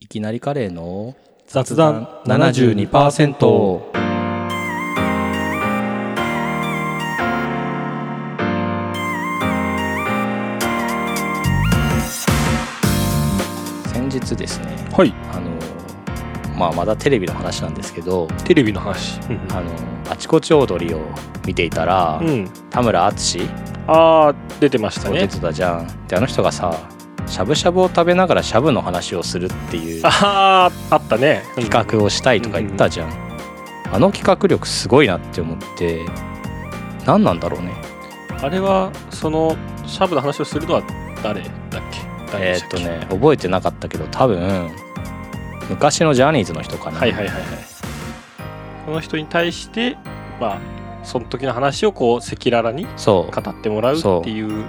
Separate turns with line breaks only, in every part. いきなりカレーの
雑談72%
先日ですね
はい
あのまあまだテレビの話なんですけど
テレビの話
あのあちこち踊りを見ていたら、
うん、うん、
田村淳
ああ出てました
出
ね
てたじゃん、であの人がさしゃぶしゃぶを食べながらしゃぶの話をするっていう
あああったね
企画をしたいとか言ったじゃん、あの企画力すごいなって思って何なんだろうね
あれはそのシャブの話をするのは誰だっけ誰
えー
でし
ったと
っけ
ね覚えてなかったけど多分昔のジャニーズの人かな、
はいはいはいはいこの人に対してまあその時の話をこう赤裸々に
そう
語ってもらう
そう
っていう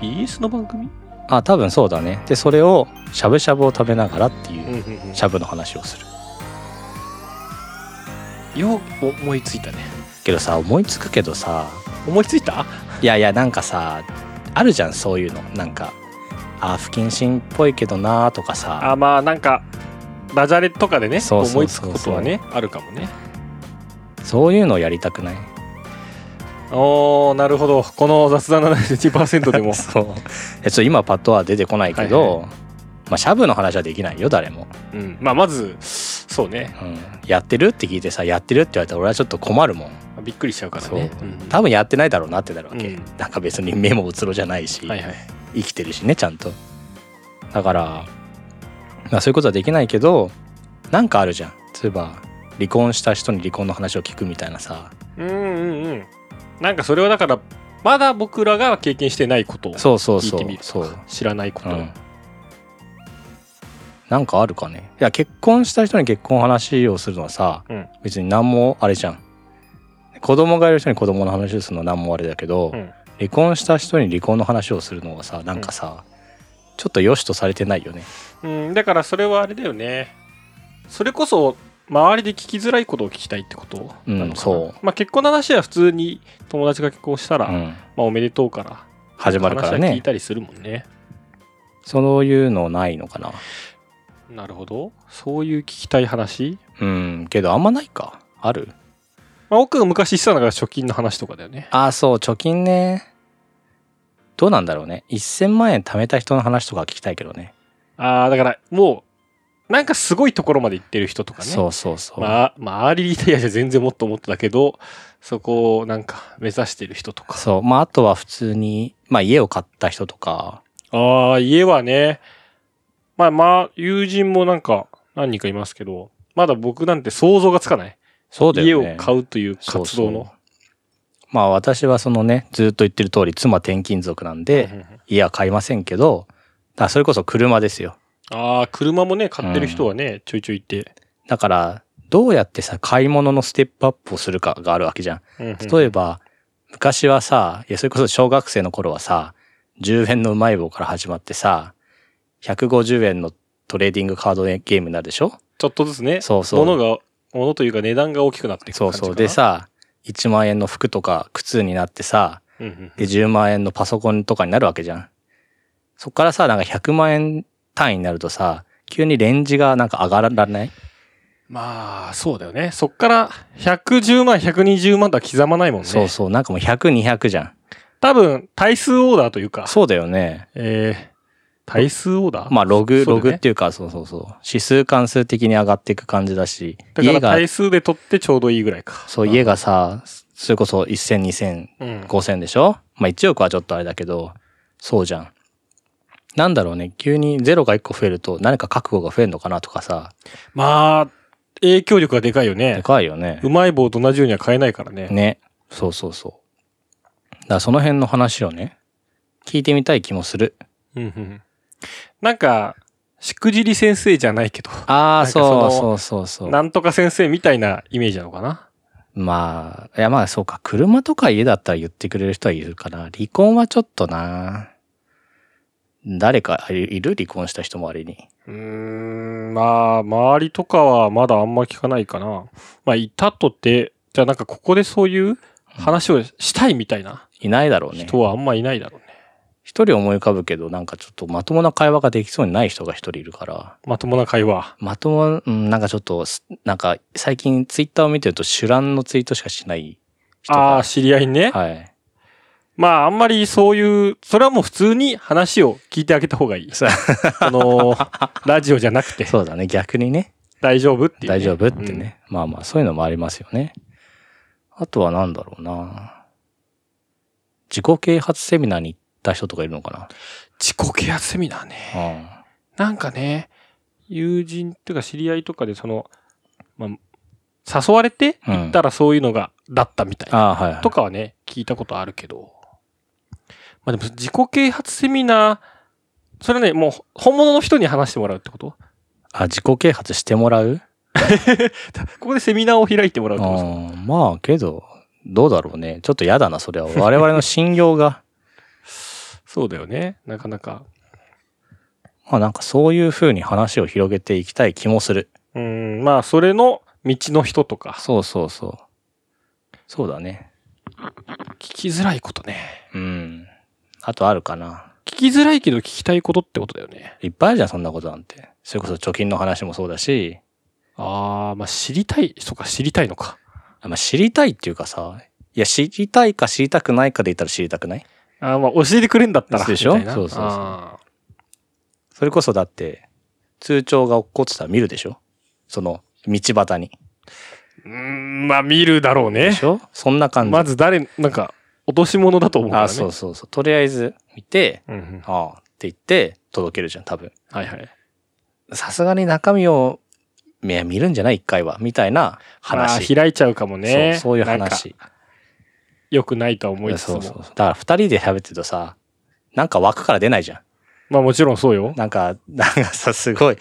BS の番組
あ多分そうだねでそれをしゃぶしゃぶを食べながらっていう
うんうん
しゃぶの話をする
よう思いついたね
けどさ思いつくけどさ
思いついた
いやいやなんかさあるじゃんそういうのなんかあ不謹慎っぽいけどなとかさ
あまあなんかダジャレとかでね
そうそうそうそう
思いつくことはねあるかもね
そういうのをやりたくない
おーなるほどこの雑談71%で も
そうえちょっと今パッとは出てこないけど、まあしゃぶの話はできないよ誰も、
うん、まあまずそうね
うん、やってるって聞いてさやってるって言われたら俺はちょっと困るもん
びっくりしちゃうから
そう
ね、うん
多分やってないだろうなってなるわけ、
うん
なんか別に目もうつろじゃないし、
はいはい
生きてるしねちゃんとだから、まあ、そういうことはできないけどなんかあるじゃん例えば離婚した人に離婚の話を聞くみたいなさ
うんうんうんなんかそれはだからまだ僕らが経験してないことを
そうそう
聞い
そう
てみる
そ
と
う
か、知らないこと
う
を、
ん、なんかあるかねいや結婚した人に結婚の話をするのはさ、
うん
別に何もあれじゃん子供がいる人に子供の話をするのは何もあれだけど、
うん
離婚した人に離婚の話をするのはさなんかさ、ちょっと良しとされてないよね
うんだからそれはあれだよねそれこそ周りで聞きづらいことを聞きたいってことなのかな、
うんそう
まあ結婚の話は普通に友達が結婚したら、
う
まあ
ん、
おめでとうから
始まるから
話は聞い
ね
たりするもんね
そういうのないのかな
なるほどそういう聞きたい話
うんけどあんまないかある
まあ、奥が昔してたのが貯金の話とかだよね。
ああそう貯金ねどうなんだろうね1000万円貯めた人の話とか聞きたいけどね
ああ、だからもう、なんかすごいところまで行ってる人とかね。
そうそうそう、
まあ、周りリタイアじゃ全然もっともっとだけど、そこをなんか目指してる人とか。
そうまああとは普通に、まあ、家を買った人とか
ああ、家はね、まあまあ、友人もなんか何人かいますけど、まだ僕なんて想像がつかない。
そうだ
家
よね
を買うという
そう
活
そう
動の。
まあ私はそのねずっと言ってる通り妻転勤族なんで、
うんうんうん
家は買いませんけどだからそれこそ車ですよ
ああ、車もね、買ってる人はね、ちょいちょいいて。
だからどうやってさ買い物のステップアップをするかがあるわけじゃん
うんうん
例えば、昔はさいやそれこそ小学生の頃はさ10円のうまい棒から始まってさ150円のトレーディングカードゲームになるでしょ
ちょっとずつね、
そうそう
物が、物というか値段が大きくなっていく
そ
感
う
じかな。
そうでさ1万円の服とか靴になってさ
うんうん、
で10万円のパソコンとかになるわけじゃんそっからさなんか100万円単位になるとさ急にレンジがなんか上がらない
まあ、そうだよね。そっから110万、120万とは刻まないもんね。
そうそうなんかもう100200じゃん
多分、対数オーダーというか、
そうだよね
えー、対数オーダー
まあログ、
そう
ロ
だよね
グっていうかそうそうそう指数関数的に上がっていく感じだし
だか
家
ら
が
対数で取ってちょうどいいぐらいか。
そう家がさそれこそ10002000
うん。
5000でしょまあ1億はちょっとあれだけどそうじゃんなんだろうね急にゼロが1個増えると何か覚悟が増えるのかなとかさ
まあ、影響力がでかいよ
で
ね。
かいよね
うまい棒と同じようには買えないからね。
ねそうそうそうだからその辺の話をね聞いてみたい気もする
うんうん。なんか、しくじり先生じゃないけど、
あ
なん
あ
か
そ
その
うそうそうそう
なんとか先生みたいなイメージなのかな。
まあいやまあそうか車とか家だったら言ってくれる人はいるから離婚はちょっとな誰かいるいる離婚した人もあれに
うーん、まあ、周りとかはまだあんま聞かないかな。まあ、いたとて、じゃあなんかここでそういう話をしたいみたいない
ないだろうね
人はあんまいないだろうね。
一人思い浮かぶけど、なんかちょっとまともな会話ができそうにない人が一人いるから、
まともな会話。
まとも、うん、なんかちょっとす、なんか最近ツイッターを見てると主覧のツイートしかしない人
あ
が。
あ、知り合いにね。
はい。
まあ、あんまりそういう、それはもう普通に話を聞いてあげた方がいい。
そ
あの、ラジオじゃなく て、
そうだね。逆にね。
大丈夫っていうね、
大丈夫ってね。まあまあ、そういうのもありますよね。あとはなんだろうな。自己啓発セミナーに行った人とかいるのか
うん。自己啓発セミナーね。
な。うん。
なんかね、友人とか知り合いとかで、その、まあ、誘われて
うん
行ったらそういうのが、だったみたいな。
ああ、はい、はい。
とかはね、聞いたことあるけど。まあでも、自己啓発セミナー、それはね、もう、本物の人に話してもらうってこと
あ、自己啓発してもらう
ここでセミナーを開いてもらうってことですか
うん。まあ、けど、どうだろうね。ちょっと嫌だな、それは。我々の信用 が。
そうだよね。なかなか。
まあなんかそういう風に話を広げていきたい気もする。
うん、まあ、それの道の人とか、
そうそうそう。そうだね。
聞きづらいことね。
うん。あとあるかな。
聞きづらいけど聞きたいことってことだよね。
いっぱいあるじゃん、そんなことなんて。それこそ貯金の話もそうだし、
ああ、まあ、知りたい、そうか、知りたいのか。
あまあ、知りたいっていうかさ、いや、知りたいか知りたくないかで言ったら知りたくない
ああ、まあ、教えてくれんだったら。
でしょ
みたいな
そうそうそう
あ
それこそだって、通帳が落っこってたら見るでしょその、道端に。
ーうーん、まあ、見るだろう
で
ね。
しょそんな感じ。
まず誰、なんか、落とし物だと思うからね。
あ、そうそうそう。とりあえず見て、
うんうん。
ああって言って届けるじゃん、多分。
はいはい。
さすがに中身を、いや見るんじゃない一回は、みたいな話。
まあ開いちゃうかもね。
そう、そういう
なんか
話。
良くないとは思いつつ
そ
も。
うそうそう。だから二人で喋ってるとさ、なんか枠から出ないじゃん。
まあもちろんそうよ。
なんか、なんかさ、すごい、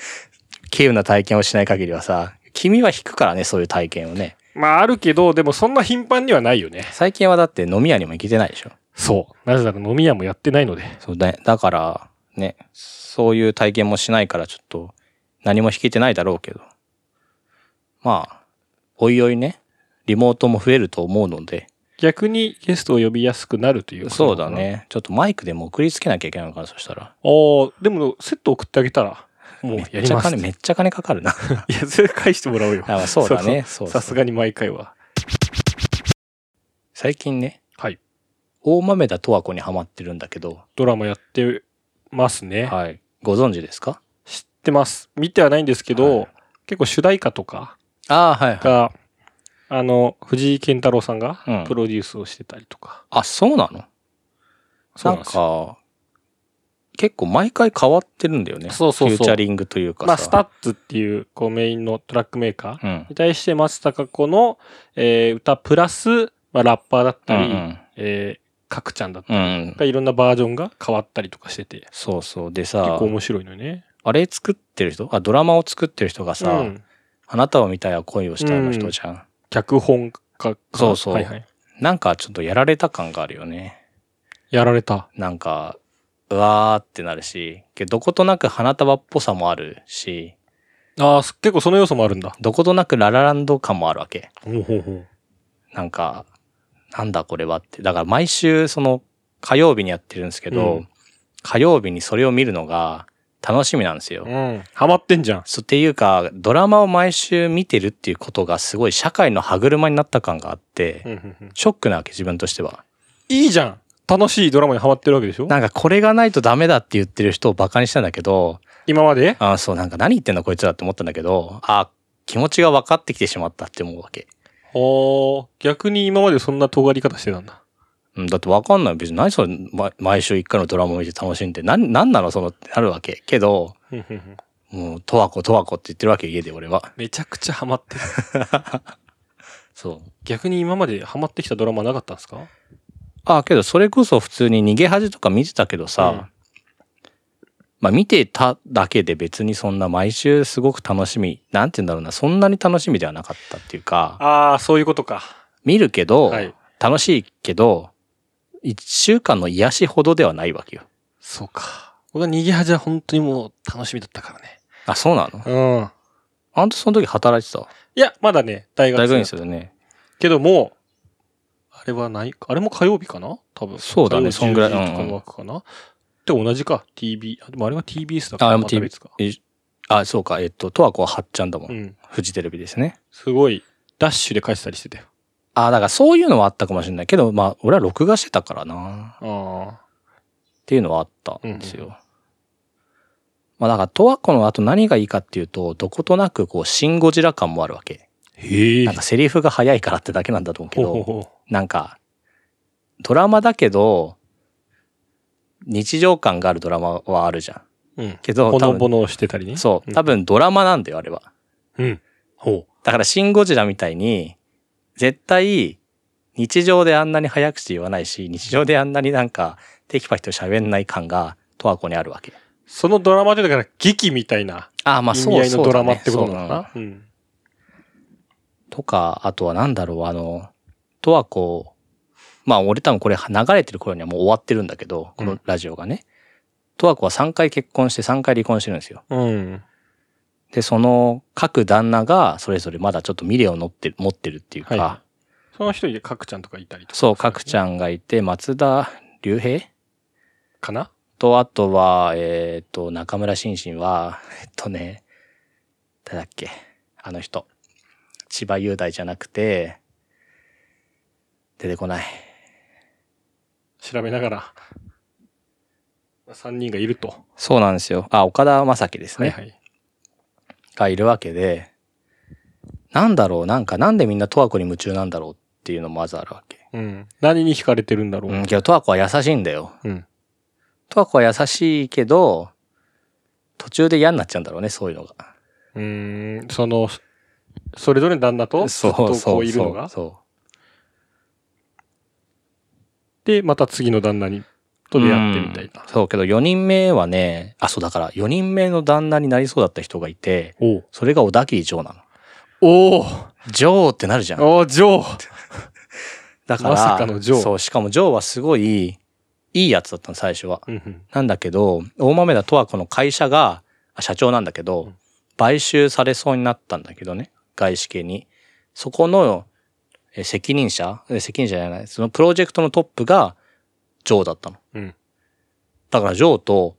稀有な体験をしない限りはさ、君は引くからね、そういう体験をね。
まああるけど、でもそんな頻繁にはないよね。
最近はだって飲み屋にも行けてないでしょ。
そう。なぜなら飲み屋もやってないので。
そうだね。だから、ね、そういう体験もしないから、ちょっと、何も引けてないだろうけど。まあ、おいおいね、リモートも増えると思うので、
逆にゲストを呼びやすくなるということ
そう
な
だ
のかな。
ね。ちょっとマイクでも送りつけなきゃいけないのかな、そしたら。
おーでもセット送ってあげたら、も
め
うや
っ
り
ちゃ
ます。
金、めっちゃ金かか るな。
いや、それ返してもらおうよ。
あそうだね。そうそう
さすがに毎回は。
最近ね、
はい。
大豆田十和子にハマってるんだけど、
ドラマやってますね。
はい。ご存知ですか
知ってます。見てはないんですけど、
はい
結構主題歌とか、
ああ、はい、はい。
が、あの、藤井健太郎さんが
うん
プロデュースをしてたりとか。
あ、そうなの
そ
な
うなん
ん
ですよ。
か、結構毎回変わってるんだよね。
そうそうそ
フ
う
ューチャリングというかさ。
まあ、スタッツっていうこうメインのトラックメーカー
うん。
に対して松たか子の、えー歌プラス、まあ、ラッパーだったり、えーかくちゃんだった
うん、
り
うん。
がいろんなバージョンが変わったりとかしてて、
そうそう。で
結
さ
構、面白いのよね。
あれ作ってる人あ、ドラマを作ってる人がさ、
うん
あなたを見たいは恋をしたいの人じゃん。
脚本家か
そうそう
はいはい。
なんかちょっとやられた感があるよね。
やられた。
なんか、うわーってなるし、けどどことなく花束っぽさもあるし、
ああ、す結構その要素もあるんだ。
どことなくララランド感もあるわけ。
ほうほうほう。
なんか、なんだこれはって。だから毎週その火曜日にやってるんですけど、
うん
火曜日にそれを見るのが楽しみなんですよ。
うん。ハマってんじゃん。
そうっていうか、ドラマを毎週見てるっていうことがすごい社会の歯車になった感があって、
うんうんうん
ショックなわけ自分としては。
いいじゃん。楽しいドラマにハマってるわけでしょ
なんかこれがないとダメだって言ってる人をバカにしたんだけど、
今まで
あそうなんか何言ってんのこいつらって思ったんだけど、あ気持ちが分かってきてしまったって思うわけ。
おー逆に今までそんな尖り方してたんだ。
うん、だって分かんない。別に何それ、ま毎週一回のドラマを見て楽しんで、なん、なんなのそのってなるわけ。けど、もう、とわことわこって言ってるわけ、家で俺は。
めちゃくちゃハマってる。
そう。
逆に今までハマってきたドラマなかったんですか
あけどそれこそ普通に逃げ恥とか見てたけどさ、
うん
まあ見てただけで別にそんな毎週すごく楽しみ、なんて言うんだろうな、そんなに楽しみではなかったっていうか、
ああ、そういうことか。
見るけど、
はい
楽しいけど、一週間の癒しほどではないわけよ。
そうか。僕は逃げ恥は本当にもう楽しみだったからね。
あ、そうなの
うん。
あんたその時働いてた
いや、まだね、大学
大
生
学院ですよね。
けども、あれはない、あれも火曜日かな多分。
そうだね
火曜
そんぐらい
10時とかの枠かな、てか同じか。TB。あ、でもあれは TBS だから。
あ、でも
また
TV
別か。
あ、そうか。えっと、とはこははっちゃんだも。
うんん。
フジテレビですね。
すごい、ダッシュで返したりしてたよ。
あ、だからそういうのはあったかもしれないけど、まあ、俺は録画してたからな。っ
あ
ていうのはあったんですよ。まあ、だから、とはこの後何がいいかっていうと、どことなくこう、シンゴジラ感もあるわけ。
あ。へえ。
なんかセリフが早いからってだけなんだと思うけ
ほう
ど、
ほうほ
なんか、ドラマだけど、日常感があるドラマはあるじゃん。
う。うん。
けど、
ほ
多
のぼ
分、
のしてたりね。
そう、多分ドラマなんだよ、あれは。
うん。うん。ほ
だから、シン・ゴジラみたいに、絶対、日常であんなに早口言わないし、日常であんなになんか、テキパキと喋んない感が、十和子にあるわけ。
う。そのドラマでだから劇みたいな
ああ、まあ
意
そう
味合い
そ
の
う
ド
だ
ラ
ね
マってことなの
そう
か
だ
な。うん。
とか、あとはなんだろう、あの、とはこう、まあ俺多分これ流れてる頃にはもう終わってるんだけど、こ
うん
のラジオがね。とはこは3回結婚して3回離婚してるんですよ。
うん。
で、その各旦那がそれぞれまだちょっと未練を持ってる持ってるっていうか、
はその一人で角ちゃんとかいたりとか。
そう、角ち
ゃん。
ゃんがいて、松田龍平
かな
と、あとは、えっ、と、中村心心は、 えっとね、誰だっけ、あの人。千葉雄大じゃなくて、出てこない。
調べながら。三人がいると。
そうなんですよ。あ、岡田将生です
は
ね。
いはい。
がいるわけで、なんだろう、なんか、なんでみんな十和子に夢中なんだろうっていうのもまずあるわけ。
うん。何に惹かれてるんだろ
う、。
うん
けど十和子は優しいんだよ。
うん。
十和子は優しいけど、途中で嫌になっちゃうんだろうね、そういうのが。
うーん。その、それぞれの旦那と、ずっとこういるのが。
そ
で、また次の旦那に、
う。
と出会ってみたいな
うん。そうけど、4人目はね、あ、そうだから、4人目の旦那になりそうだった人がいて、
おう
それが小田切ジョーなの。
おう
ジョーってなるじゃん。
おうジョー
だから、
まさかのジョー
そう、しかもジョーはすごい、いいやつだったの、最初は。
うんうん
なんだけど、大豆田とはこの会社が、あ社長なんだけど、
うん
買収されそうになったんだけどね、外資系に。そこのえ責任者、え責任者じゃない、そのプロジェクトのトップがジョーだったの。
うん。
だからジョーと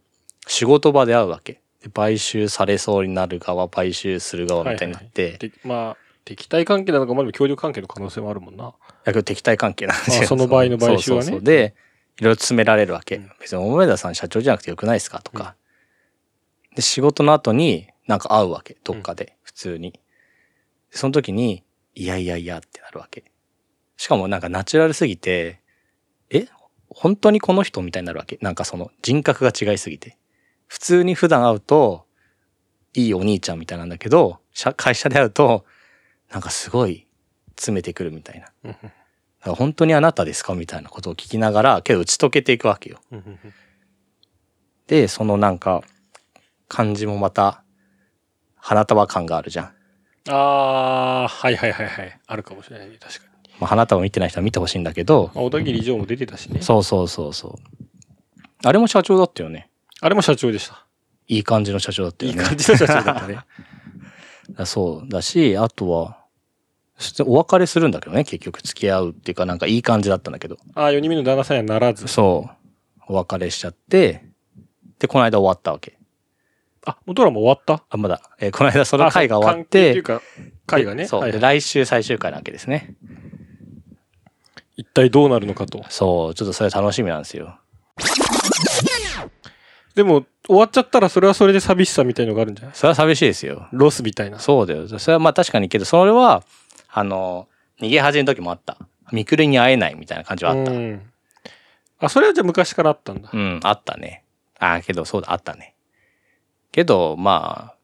仕事場で会うわけ。で買収されそうになる側、買収する側みたいになって、
でまあ、敵対関係なのか、まあでも協力関係の可能性もあるもんな。
いやけど敵対関係なんです
あ
よ。
その場合の買収はね
そうそうそうで、いろいろ詰められるわけ。
うん
別に、大豆田さん社長じゃなくてよくないですかとか、で、仕事の後になんか会うわけ。どっかで、普通に。でその時に、いやいやいやってなるわけ。しかもなんかナチュラルすぎて、え本当にこの人みたいになるわけ。なんかその人格が違いすぎて。普通に普段会うと、いいお兄ちゃんみたいなんだけど、社会社で会うと、なんかすごい詰めてくるみたいな。
うんうん
だから本当にあなたですかみたいなことを聞きながら、けど打ち解けていくわけよ。
うんうん
で、そのなんか、感じもまた、花束感があるじゃん。
あー、はいはいはいはい。あるかもしれないね、確かに。
まあ、花束見てない人は見てほしいんだけど、
まあ、小田切城も出てたしね。
そうそうそうそう。あれも社長だったよね。
あれも社長でした。
いい感じの社長だった
い
よ
い
ね。
感じの社長だっ たね。
だそうだし、あとは、そしてお別れするんだけどね、結局付き合うっていうかなんかいい感じだったんだけど。
あー、4人目の旦那さんにはならず。
そう。お別れしちゃって、で、この間終わったわけ。
あ、もうドラマ終わった
あ、まだ、えーこの間そ
あ
の会が終わっ
そう関係
て、
っていうか、会がね。
そう。
はい
で来週最終回なわけですね。
一体どうなるのかと。
そう。ちょっとそれ楽しみなんですよ。
でも、終わっちゃったらそれはそれで寂しさみたいのがあるんじゃない
それは寂しいですよ。
ロスみたいな。
そうだよ。それはまあ確かにけど、それは、あの、逃げ恥の時もあった。ミクルに会えないみたいな感じはあった。
う
うん、
んあ、それはじゃあ昔からあったんだ。
あったね。ああ、けど、そうだ、あったね。けど、まあ、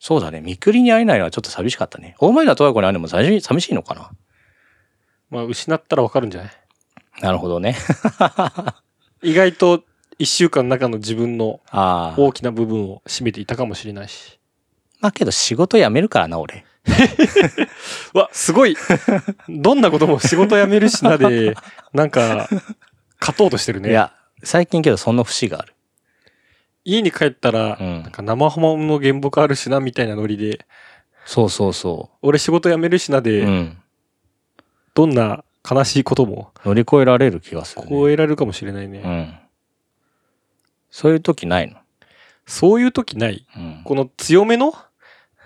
そうだね。ミクルに会えないのはちょっと寂しかったね。大前田と親子に会うのも寂しい寂しいのかな
まあ、失ったらわかるんじゃない
なるほどね。
意外と一週間の中の自分の
ああ。
大きな部分を占めていたかもしれないし。
まあけど仕事辞めるからな、俺。
わ、すごい どんなことも仕事辞めるしなで、 なんか、勝とうとしてる
い
ね。
や、最近けどそんな節がある。
家に帰ったら、
うん
なんか生ハムの原木あるしな、みたいなノリで、
そうそうそ
俺仕事辞めるしな
う。
で、
うん。
どんな悲しいことも
乗り越えられる気がする、ね。
超えられるかもしれないね。
うん。そういう時ないの。
そういう時ない。
うん。
この強めの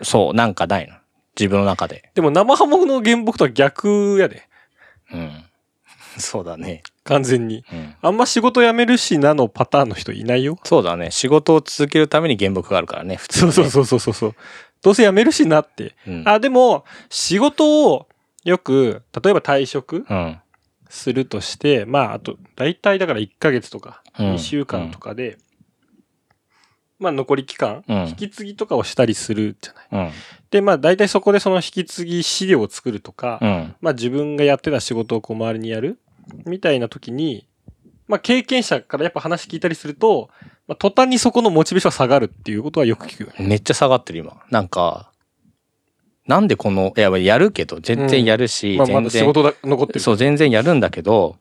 そう、なんかないの。自分の中で。
でも生ハムの原木とは逆やで。
うん。そうだね。
完全に。
うん。
あんま仕事辞めるしなのパターンの人いないよ。
そうだね。仕事を続けるために原木があるからね、普通、
そうそうそうそうそうそう。どうせ辞めるしなって。
う。うん。
あ、でも、仕事をよく、例えば退職
うん。
するとして、まあ、あと、大体だから1ヶ月とか、
うん
2週間とかで、まあ、残り期間、
うん
引き継ぎとかをしたりするじゃない。
うん。
で、まあ、大体そこでその引き継ぎ資料を作るとか、
うん。
まあ、自分がやってた仕事をこう周りにやるみたいな時に、まあ、経験者からやっぱ話聞いたりすると、まあ、途端にそこのモチベーションが下がるっていうことはよく聞くよね。
めっちゃ下がってる今。なんか、なんでこの、いや、やるけど、全然やるし、
まあ、ま
全
だ仕
然、
事だ残ってる。
そう、全然やるんだけど、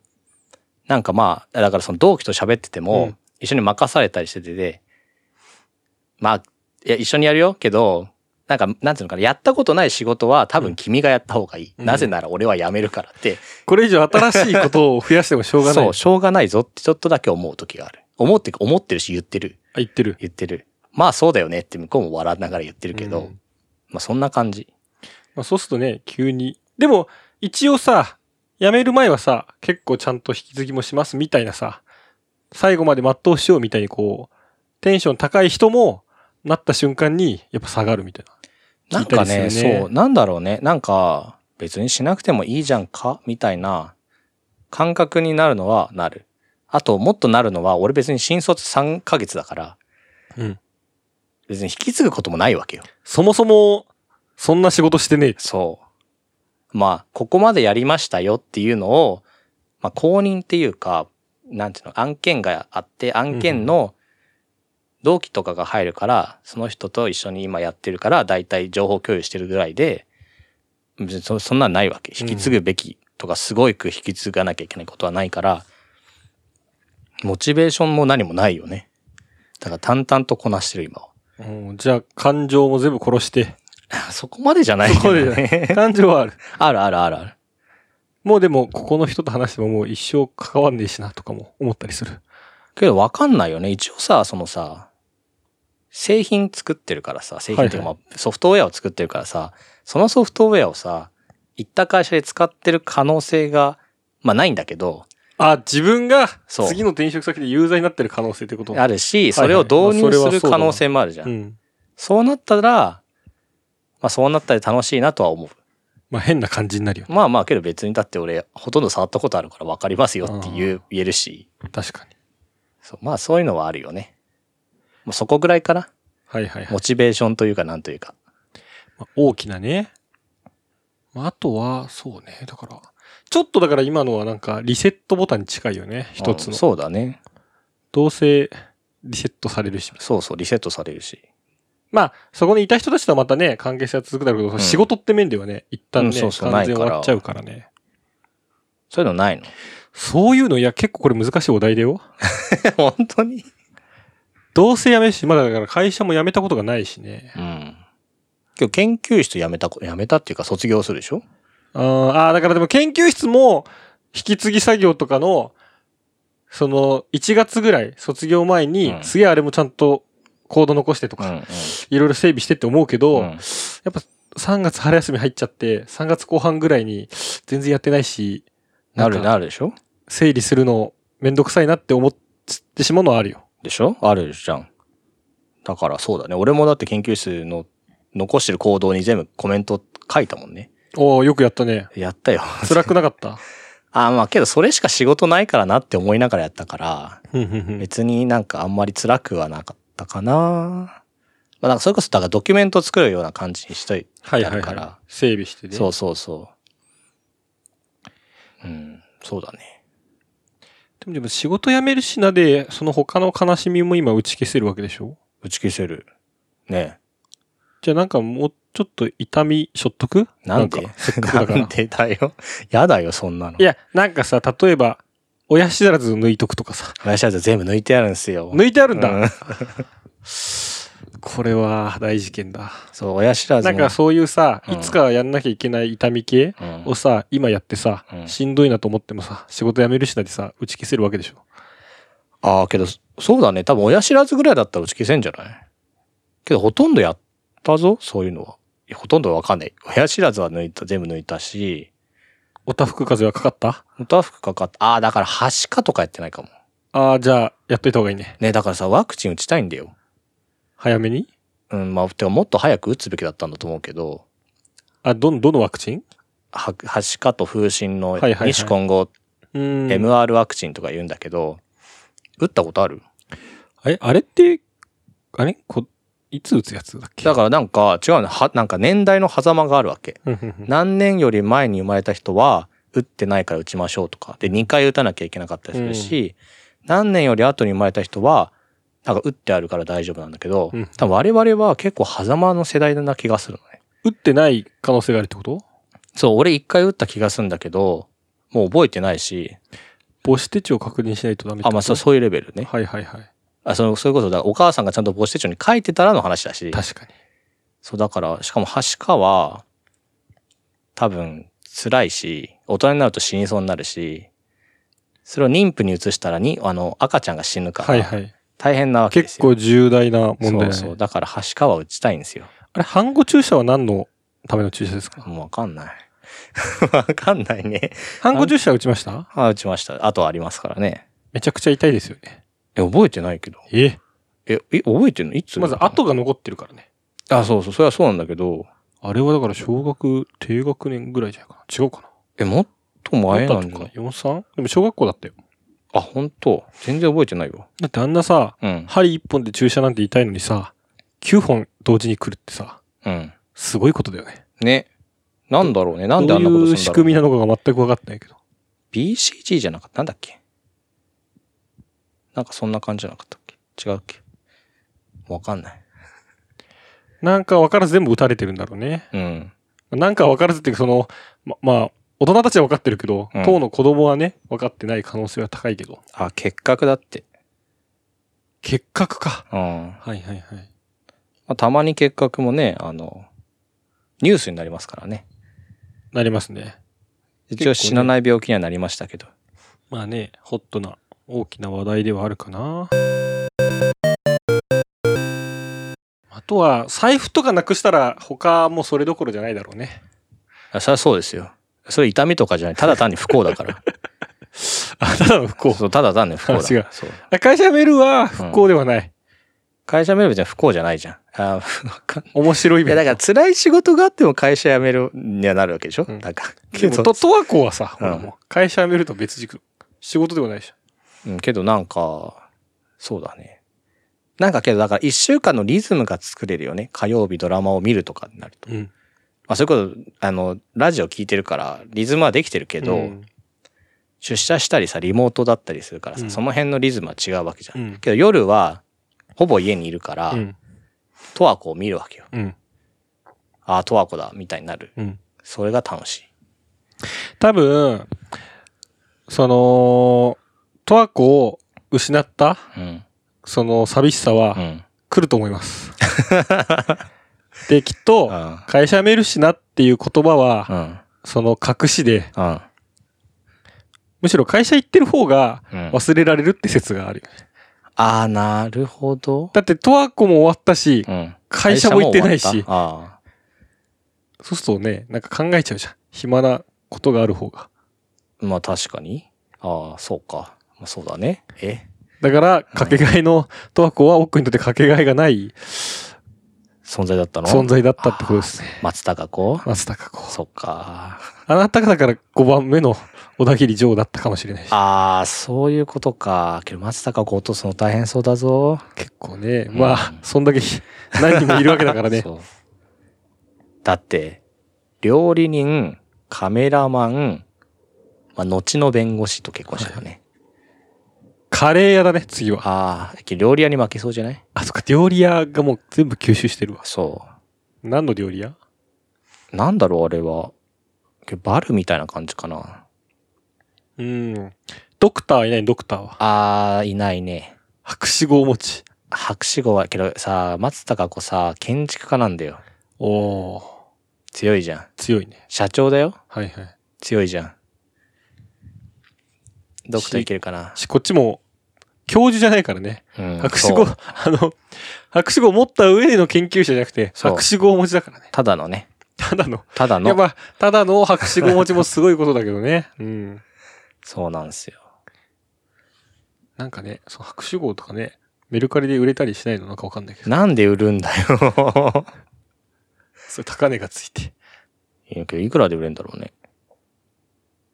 なんかまあ、だからその同期と喋ってても、
うん
一緒に任されたりしててで、まあ、いや、一緒にやるよけど、なんか、なんていうのかな、やったことない仕事は多分君がやった方がいい。
うん
なぜなら俺は辞めるからって、
これ以上新しいことを増やしてもしょうがない。
そう、しょうがないぞってちょっとだけ思う時がある。思って、思ってるし言ってる。
あ言ってる。
言ってる。まあそうだよねって向こうも笑いながら言ってるけど、
うん
まあそんな感じ。
まあ、そうするとね、急に。でも、一応さ、辞める前はさ、結構ちゃんと引き継ぎもしますみたいなさ、最後まで全うしようみたいにこう、テンション高い人も、なった瞬間に、やっぱ下がるみたい
な
な。聞
ん
いた
か
りする
ね、
ね
そう、なんだろうね。なんか、別にしなくてもいいじゃんかみたいな感覚になるのはなる。あと、もっとなるのは、俺別に新卒3ヶ月だから、
うん。
別に引き継ぐこともないわけよ。
そもそも、そんな仕事してねえ。
そう。まあ、ここまでやりましたよっていうのを、まあ、公認っていうか、なんていうの、案件があって、案件の同期とかが入るから、その人と一緒に今やってるから、だいたい情報共有してるぐらいで、別にそそんなんないわけ。
う
引
ん
き継ぐべきとか、すごく引き継がなきゃいけないことはないから、モチベーションも何もないよね。だから淡々とこなしてる今は。
うん、じゃあ、感情も全部殺して。
そこまでじゃないけど
そこまで
ね。
感情はある。
あるあるあるある。
もうでも、ここの人と話してももう一生関わんねえしなとかも思ったりする。
けど分かんないよね。一応さ、そのさ、製品作ってるからさ、製品っていうか、
は
まあ、ソフトウェアを作ってるからさ、そのソフトウェアをさ、行った会社で使ってる可能性が、まあないんだけど、
あ、自分が、
そう
次の転職先で有罪になってる可能性ってこと
あるし、
い
それを導
まあそ
入
れは
す
そう
る
だ
可
な
能性もあるじゃん。
うん。
そうなったら、まあそうなったら楽しいなとは思う。
まあ、変な感じになるよね。
まあまあけど別にだって俺、ほとんど触ったことあるから分かりますよって言う言えるし、
確かに。
そうまあそういうのはあるよね。もうそこぐらいか な。
はいはいはい。
モチベーションというかなんというか。
まあ大きなね。まあ、あとは、そうね。だから、ちょっとだから今のはなんかリセットボタンに近いよね。一つ
うん
の。
そうだね。
どうせリセットされるし。
そうそう、リセットされるし。
まあ、そこにいた人たちとはまたね、関係性は続くだろうけど、
ん
仕事って面ではね、一旦ね、
うんそうそう
完全
ない
終
から
わっちゃうからね。
そういうのないの
そういうの、いや、結構これ難しいお題だよ。
本当に
どうせ辞めるし、まだだから会社も辞めたことがないしね。
うん。今日研究室辞めたこ、辞めたっていうか卒業するでしょ
あーあー、だからでも研究室も、引き継ぎ作業とかの、その、1月ぐらい、卒業前に、
うん
すげえあれもちゃんと、コード残してとか、
ん。
いろいろ整備してって思うけど、
うん
やっぱ3月春休み入っちゃって、3月後半ぐらいに、全然やってないし、
なんる、
か
なるでしょ
整理するのめんどくさいなって思ってしまうのはあるよ。
でしょあるじゃん。だからそうだね。俺もだって研究室の残してる行動に全部コメント書いたもんね。
おおよくやったね。
やった よ。
辛くなか った。
あ、まあけどそれしか仕事ないからなって思いながらやったから、
うんうんうん
別になんかあんまり辛くはなかったかな。まあなんかそれこそだからドキュメント作るような感じにしとい
はいは
や
い
るから
はい。整備してね。
そうそうそう。うん、そうだね。
でもでも仕事辞めるしなで、その他の悲しみも今打ち消せるわけでしょ
打ち消せる。ね
じゃあなんかもうちょっと痛みしょっとく
え。なんで
かせっかく
な
だから
ん。でだよ。やだよ、そんなの
い。や、なんかさ、例えば、親知らず抜いとくとかさ。
親知らず全部抜いてあるんですよ。
抜いてあるんだ。
うん
これは大事件だ。
そう、親知らず
なん
の
かそういうさ、
うん
いつかやんなきゃいけない痛み系
うん
をさ、今やってさ、
うん
しんどいなと思ってもさ、仕事辞めるしなでさ、打ち消せるわけでしょ。
ああ、けど、そうだね。多分親知らずぐらいだったら打ち消せんじゃないけど、ほとんどやったぞ、そういうのは。いやほとんどわかんない。親知らずは抜いた、全部抜いたし、
おたふく風はかかった
本当は服かかった。ああ、だから、はしかとかやってないかも。
ああ、じゃあ、やっといた方がいいね。
ね、だからさ、ワクチン打ちたいんだよ。
早めに
うん、まあ、てかもっと早く打つべきだったんだと思うけど、
あ、どん、どのワクチン
は、はしかと風疹の
いはいはい
二種混合、
うーん。
MR ワクチンとか言うんだけど、打ったことある
あれ、あれって、あれこ、いつ打つやつだっけ
だからなんか、違うの、は、なんか年代の狭間があるわけ。
うんうんうん
何年より前に生まれた人は打ってないから打ちましょうとかで2回打たなきゃいけなかったりするし、何年より後に生まれた人はなんか打ってあるから大丈夫なんだけど、
うん
多分我々は結構狭間の世代な気がするのね。
打ってない可能性があるってこと
そう俺1回打った気がするんだけどもう覚えてないし
母子手帳を確認しないとダメって
あ
こと
まあそうそういうレベルね。
はいはいはい。
あそのそれこそだからお母さんがちゃんと母子手帳に書いてたらの話だし
確かに。
そうだからしかもはしかは多分辛いし大人になると死にそうになるしそれを妊婦に移したらにあの赤ちゃんが死ぬか
はい
ら
はい。
大変なわけです
結
よ、
構重大な問題だね。
そうそうだからはしかは打ちたいんですよ
あれ、反語注射は何のための注射ですか
もうわかんない わかんないね
反語注射打ちました
あ打ちましたあとはありますからね
めちゃくちゃ痛いですよね。
え覚えてないけど
え
ええ覚えてんのいつ
まず跡が残ってるからね。
あそうそうそれはそうなんだけど
あれはだから小学低学年ぐらいじゃないかな。違うかな。
えもっと前なん
だ
だ
か ?43? でも小学校だったよ。
あ本当全然覚えてないよ
だってあんなさ、
うん
針1本で注射なんて痛いのにさ、9本同時に来るってさ、
うん
すごいことだよね。
ねなんだろうねなんであんな
ど
こ
う
と
いう
する
仕
んだろう
組みなのかが全く分かってないけど。
BCG じゃなかったなんだっけなんかそんな感じじゃなかったっけ違うっけわかんない。
なんか分からず全部打たれてるんだろうね。
うん。
なんか分からずっていうか、その、ま、まあ、大人たちは分かってるけど、
うん
当の子供はね、分かってない可能性は高いけど。
あ、結核だって。
結核か。
うん。ま
はいはいはい。
あ、たまに結核もね、あの、ニュースになりますからね。
なりますね。
一応
結構ね
死なない病気にはなりましたけど。
まあね、ホットな大きな話題ではあるかな。あとは、財布とかなくしたら他もそれどころじゃないだろうね。
あそれはそうですよ。それ痛みとかじゃない。ただ単に不幸だ から。
あ、ただの不幸。
そう、ただ単に不幸だ。
あ違う
そう。
あ 会社メールは不幸ではない。
会社辞めるじゃ不幸じゃないじゃん。あ、わかんない。
面白いイ
い
ベ
や、
ント
だから辛い仕事があっても会社辞めるにはなるわけでしょ、
うん
なんか。
でも、と、とわこはさ、
うん
ほらもう会社辞めると別軸。仕事ではないでしょ。
うん、けどなんか、そうだね。なんかけど、だから一週間のリズムが作れるよね。火曜日ドラマを見るとかになると。
うん。
まあそういうこと、あの、ラジオ聞いてるから、リズムはできてるけど、
うん
出社したりさ、リモートだったりするからさ、
うん
その辺のリズムは違うわけじゃん。
うん
けど夜は、ほぼ家にいるから、
うん。
トワコを見るわけよ。
うん。
ああ、トワコだ、みたいになる。
うん。
それが楽しい。
多分、その、とわこを失った、
うん。
その寂しさ
う
は
ん。
来ると思います。 で、きっ と、
うん。
会社辞めるしなっていう言葉
う
は、
ん。
その隠しで、
うん。
むしろ会社行ってる方が
うん、あ
忘れられるって説があるよね。
あー、なるほど。
だって、とわこも終わったし、
うん。
会社も行ってないし
会社も終わったああ。
そうするとね、なんか考えちゃうじゃん。暇なことがある方が。
まあ確かに。ああ、そうか。まあそうだね。え
だから、かけがえの、とわこは奥にとってかけがえがない
存在だったの
存在だったってことですね。
松たか子
松たか子。
そっか。
あなたがだから5番目の小田切城だったかもしれないし。
ああ、そういうことか。けど松たか子落とすの大変そうだぞ。
結構ね、
うん
まあ、そんだけひ何人もいるわけだからね。
そうだって、料理人、カメラマン、まあ後の弁護士と結婚したよね。
カレー屋だね、次は。
ああ、けど料理屋に負けそうじゃない
あ、そっか、料理屋がもう全部吸収してるわ。
そ
何の料理屋
う。なんだろう、あれは。けどバルみたいな感じかな。
うん。ドクターいない、ドクターは。
ああ、いないね。
博士号持ち。
博士号はけどさ松たか子さ建築家なんだよ
おー、
強いじゃん
強いね。
社長だよ
はいはい。
強いじゃんドクターいけるかな
し、こっちも、教授じゃないからね。
うん
博士号、
そう
あの、博士号を持った上での研究者じゃなくて、
そう
博士号をお持ちだからね。
ただのね、
ただの。
ただ
いや、
の、
まあ、ただの博士号をお持ちもすごいことだけど ね。うん。
そうなんですよ。
なんかね、その博士号とかね、メルカリで売れたりしないのなんかわかんないけど。
なんで売るんだ よ。
それ高値がついて。
いやけどいくらで売れんだろうね。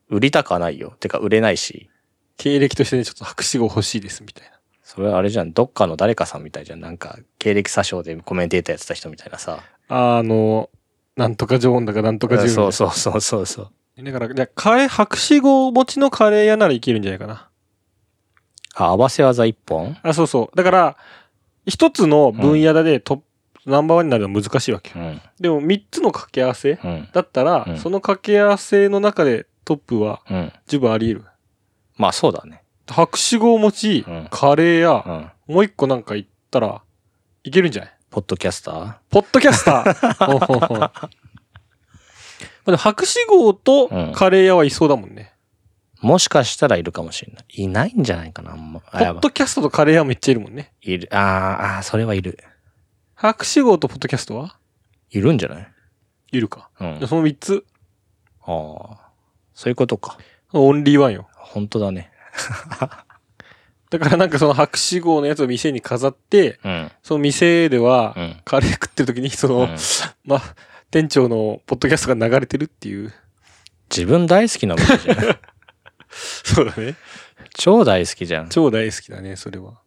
売りたくはないよ。てか売れないし、
経歴としてね、ちょっと博士号欲しいです、みたいな。
それはあれじゃん、どっかの誰かさんみたいじゃん。なんか、経歴詐称でコメンテーターやってた人みたいなさ。
あの、なんとかジョーンだかなんとかジューンだか
そうそうそうそうそう。
だから、じゃあカレー、白紙号持ちのカレー屋ならいけるんじゃないかな。
あ、合わせ技一本
あ、そうそう。だから、一つの分野だでトップ、ナンバーワンになるのは難しいわけよ。
うん。
でも、三つの掛け合わせ
うん。
だったら、
うん
その掛け合わせの中でトップは
うん。
十分あり得る。
まあそうだね。
白紙号持ち
うん、
カ
う
レー屋、
ん。
もう一個なんか行ったら、いけるんじゃない
ポッドキャスター
ポッドキャスター ほう ほうほうまあでも白紙号とカレー屋はいそうだもんね。
もしかしたらいるかもしれない。いないんじゃないかな、あんま。あ
ポ
や
ッ
ば
ドキャストとカレー屋めっちゃいるもんね。
いる。あーあー、それはいる。
博士号とポッドキャストはい
るんじゃない
いるか。
うん。
その3つ、
ああ。そういうことか。
オンリーワンよ。
本当だね。
だからなんかその博士号のやつを店に飾って、
うん。
その店では
う、ん。
カレー食ってる時に、その、
うん
まあ、店長のポッドキャストが流れてるっていう。
自分大好きなものじゃん。
そうだね。
超大好きじゃん。
超大好きだね、それは。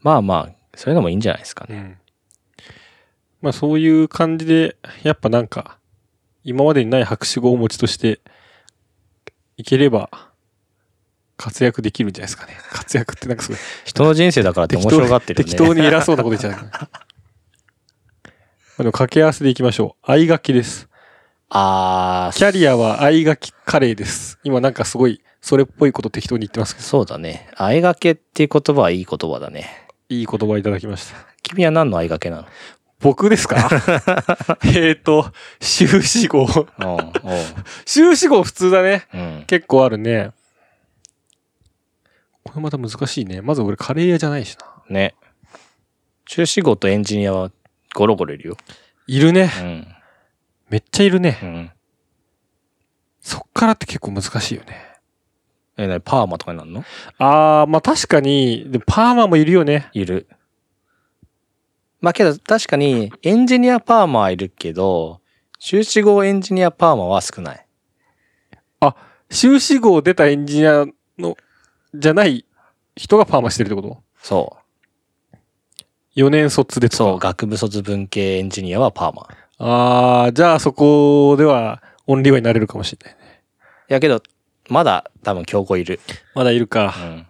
まあまあ、そういうのもいいんじゃないですか
う
ね。
ん。まあそういう感じで、やっぱなんか、今までにない博士号を持ちとして、いければ、活躍できるんじゃないですかね。活躍ってなんかすごい
人の人生だからって面白がってるよね。
適当に適当に偉そうなこと言っちゃう。まあでも掛け合わせでいきましょう。合いがきです。
ああ、
キャリアは合いがきカレーです。今なんかすごい、それっぽいこと適当に言ってますけど、
そうだね。あえがけっていう言葉はいい言葉だね。
いい言葉いただきました。
君は何のあえがけな
僕で すかえっと、修士号。
のうん。
修士号普通だね。
うん。うん。
結構あるね。これまた難しいね。まず俺カレー屋じゃないしな。
ね。中仕事エンジニアはゴロゴロいるよ。
いるね
う。ん。
めっちゃいる
う
ね。
ん。
そっからって結構難しいよね。
え、なにパーマとかになるの
あー、まあ確かに、でもパーマもいるよね。
いる。まあけど確かにエンジニアパーマはいるけど、修士号エンジニアパーマは少ない。
修士号出たエンジニアの、じゃない人がパーマしてるってこと
そう。
?4 年卒でとか
そう、学部卒文系エンジニアはパーマ。
あー、じゃあそこではオンリーワンになれるかもしれないね。
いやけど、まだ多分強豪いる。
まだいるか。
うん。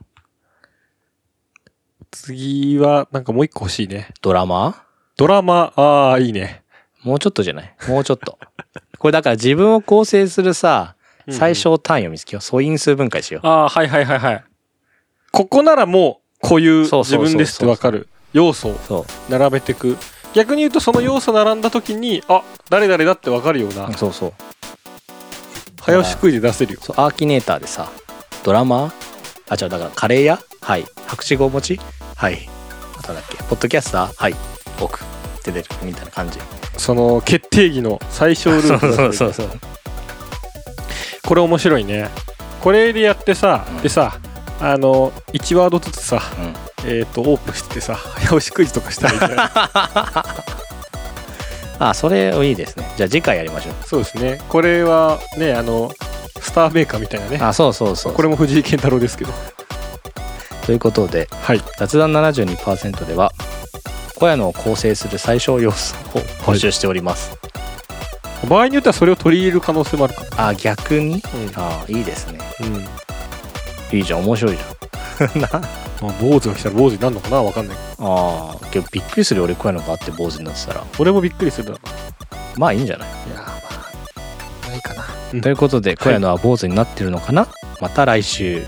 次は、なんかもう一個欲しいね。
ドラマ
ドラマ、あー、いいね。
ーもうちょっとじゃないもうちょっと。これだから自分を構成するさ、最
うん。
小単位を見つけよう。素因数分解しよう。
あー、はいはいはいはい。ここならもう、こういう
そう
自
そうそうそう
分ですってわかる要素を
そう。
並べてく。逆に言うとその要素並んだ時に、あ、誰々だってわかるような、
そうそう。
早押しクイズ出せるよ。
そう、アーキネーターでさ、ドラマーあ、違う、だからカレー屋はい。白紙号持ちはい。あとなんだっけ、ポッドキャスターはい。僕。って出る。みたいな感じ。
その決定技の最小ルール
そうそうそううそう。
これ面白いねこれでやってさ、
うん
でさあの1ワードずつさ
うん。
えっ、とオープンしてさ早押しクイズとかしたらいいんじ ゃない
あ、それいいですね。じゃあ次回やりましょう。
そうですねこれはねあのスターメーカーみたいなね
あ、そうそうそう。
これも藤井健太郎ですけど
ということで、
はい
雑談72%では小屋のを構成する最小要素を募集しております、
場合によってはそれを取り入れる可能性もあるかも
あ逆に
うん、
あいいですね
うんま
いいじゃん面白いじゃん
あ、坊主が来たら坊主になるのかなわかんないけど
あーけどびっくりするよ俺小屋のがあって坊主になってたら
俺もびっくりするだろう
まあいいんじゃない、
いやーまあないかな
ということで小屋のは坊主になってるのかな、また来週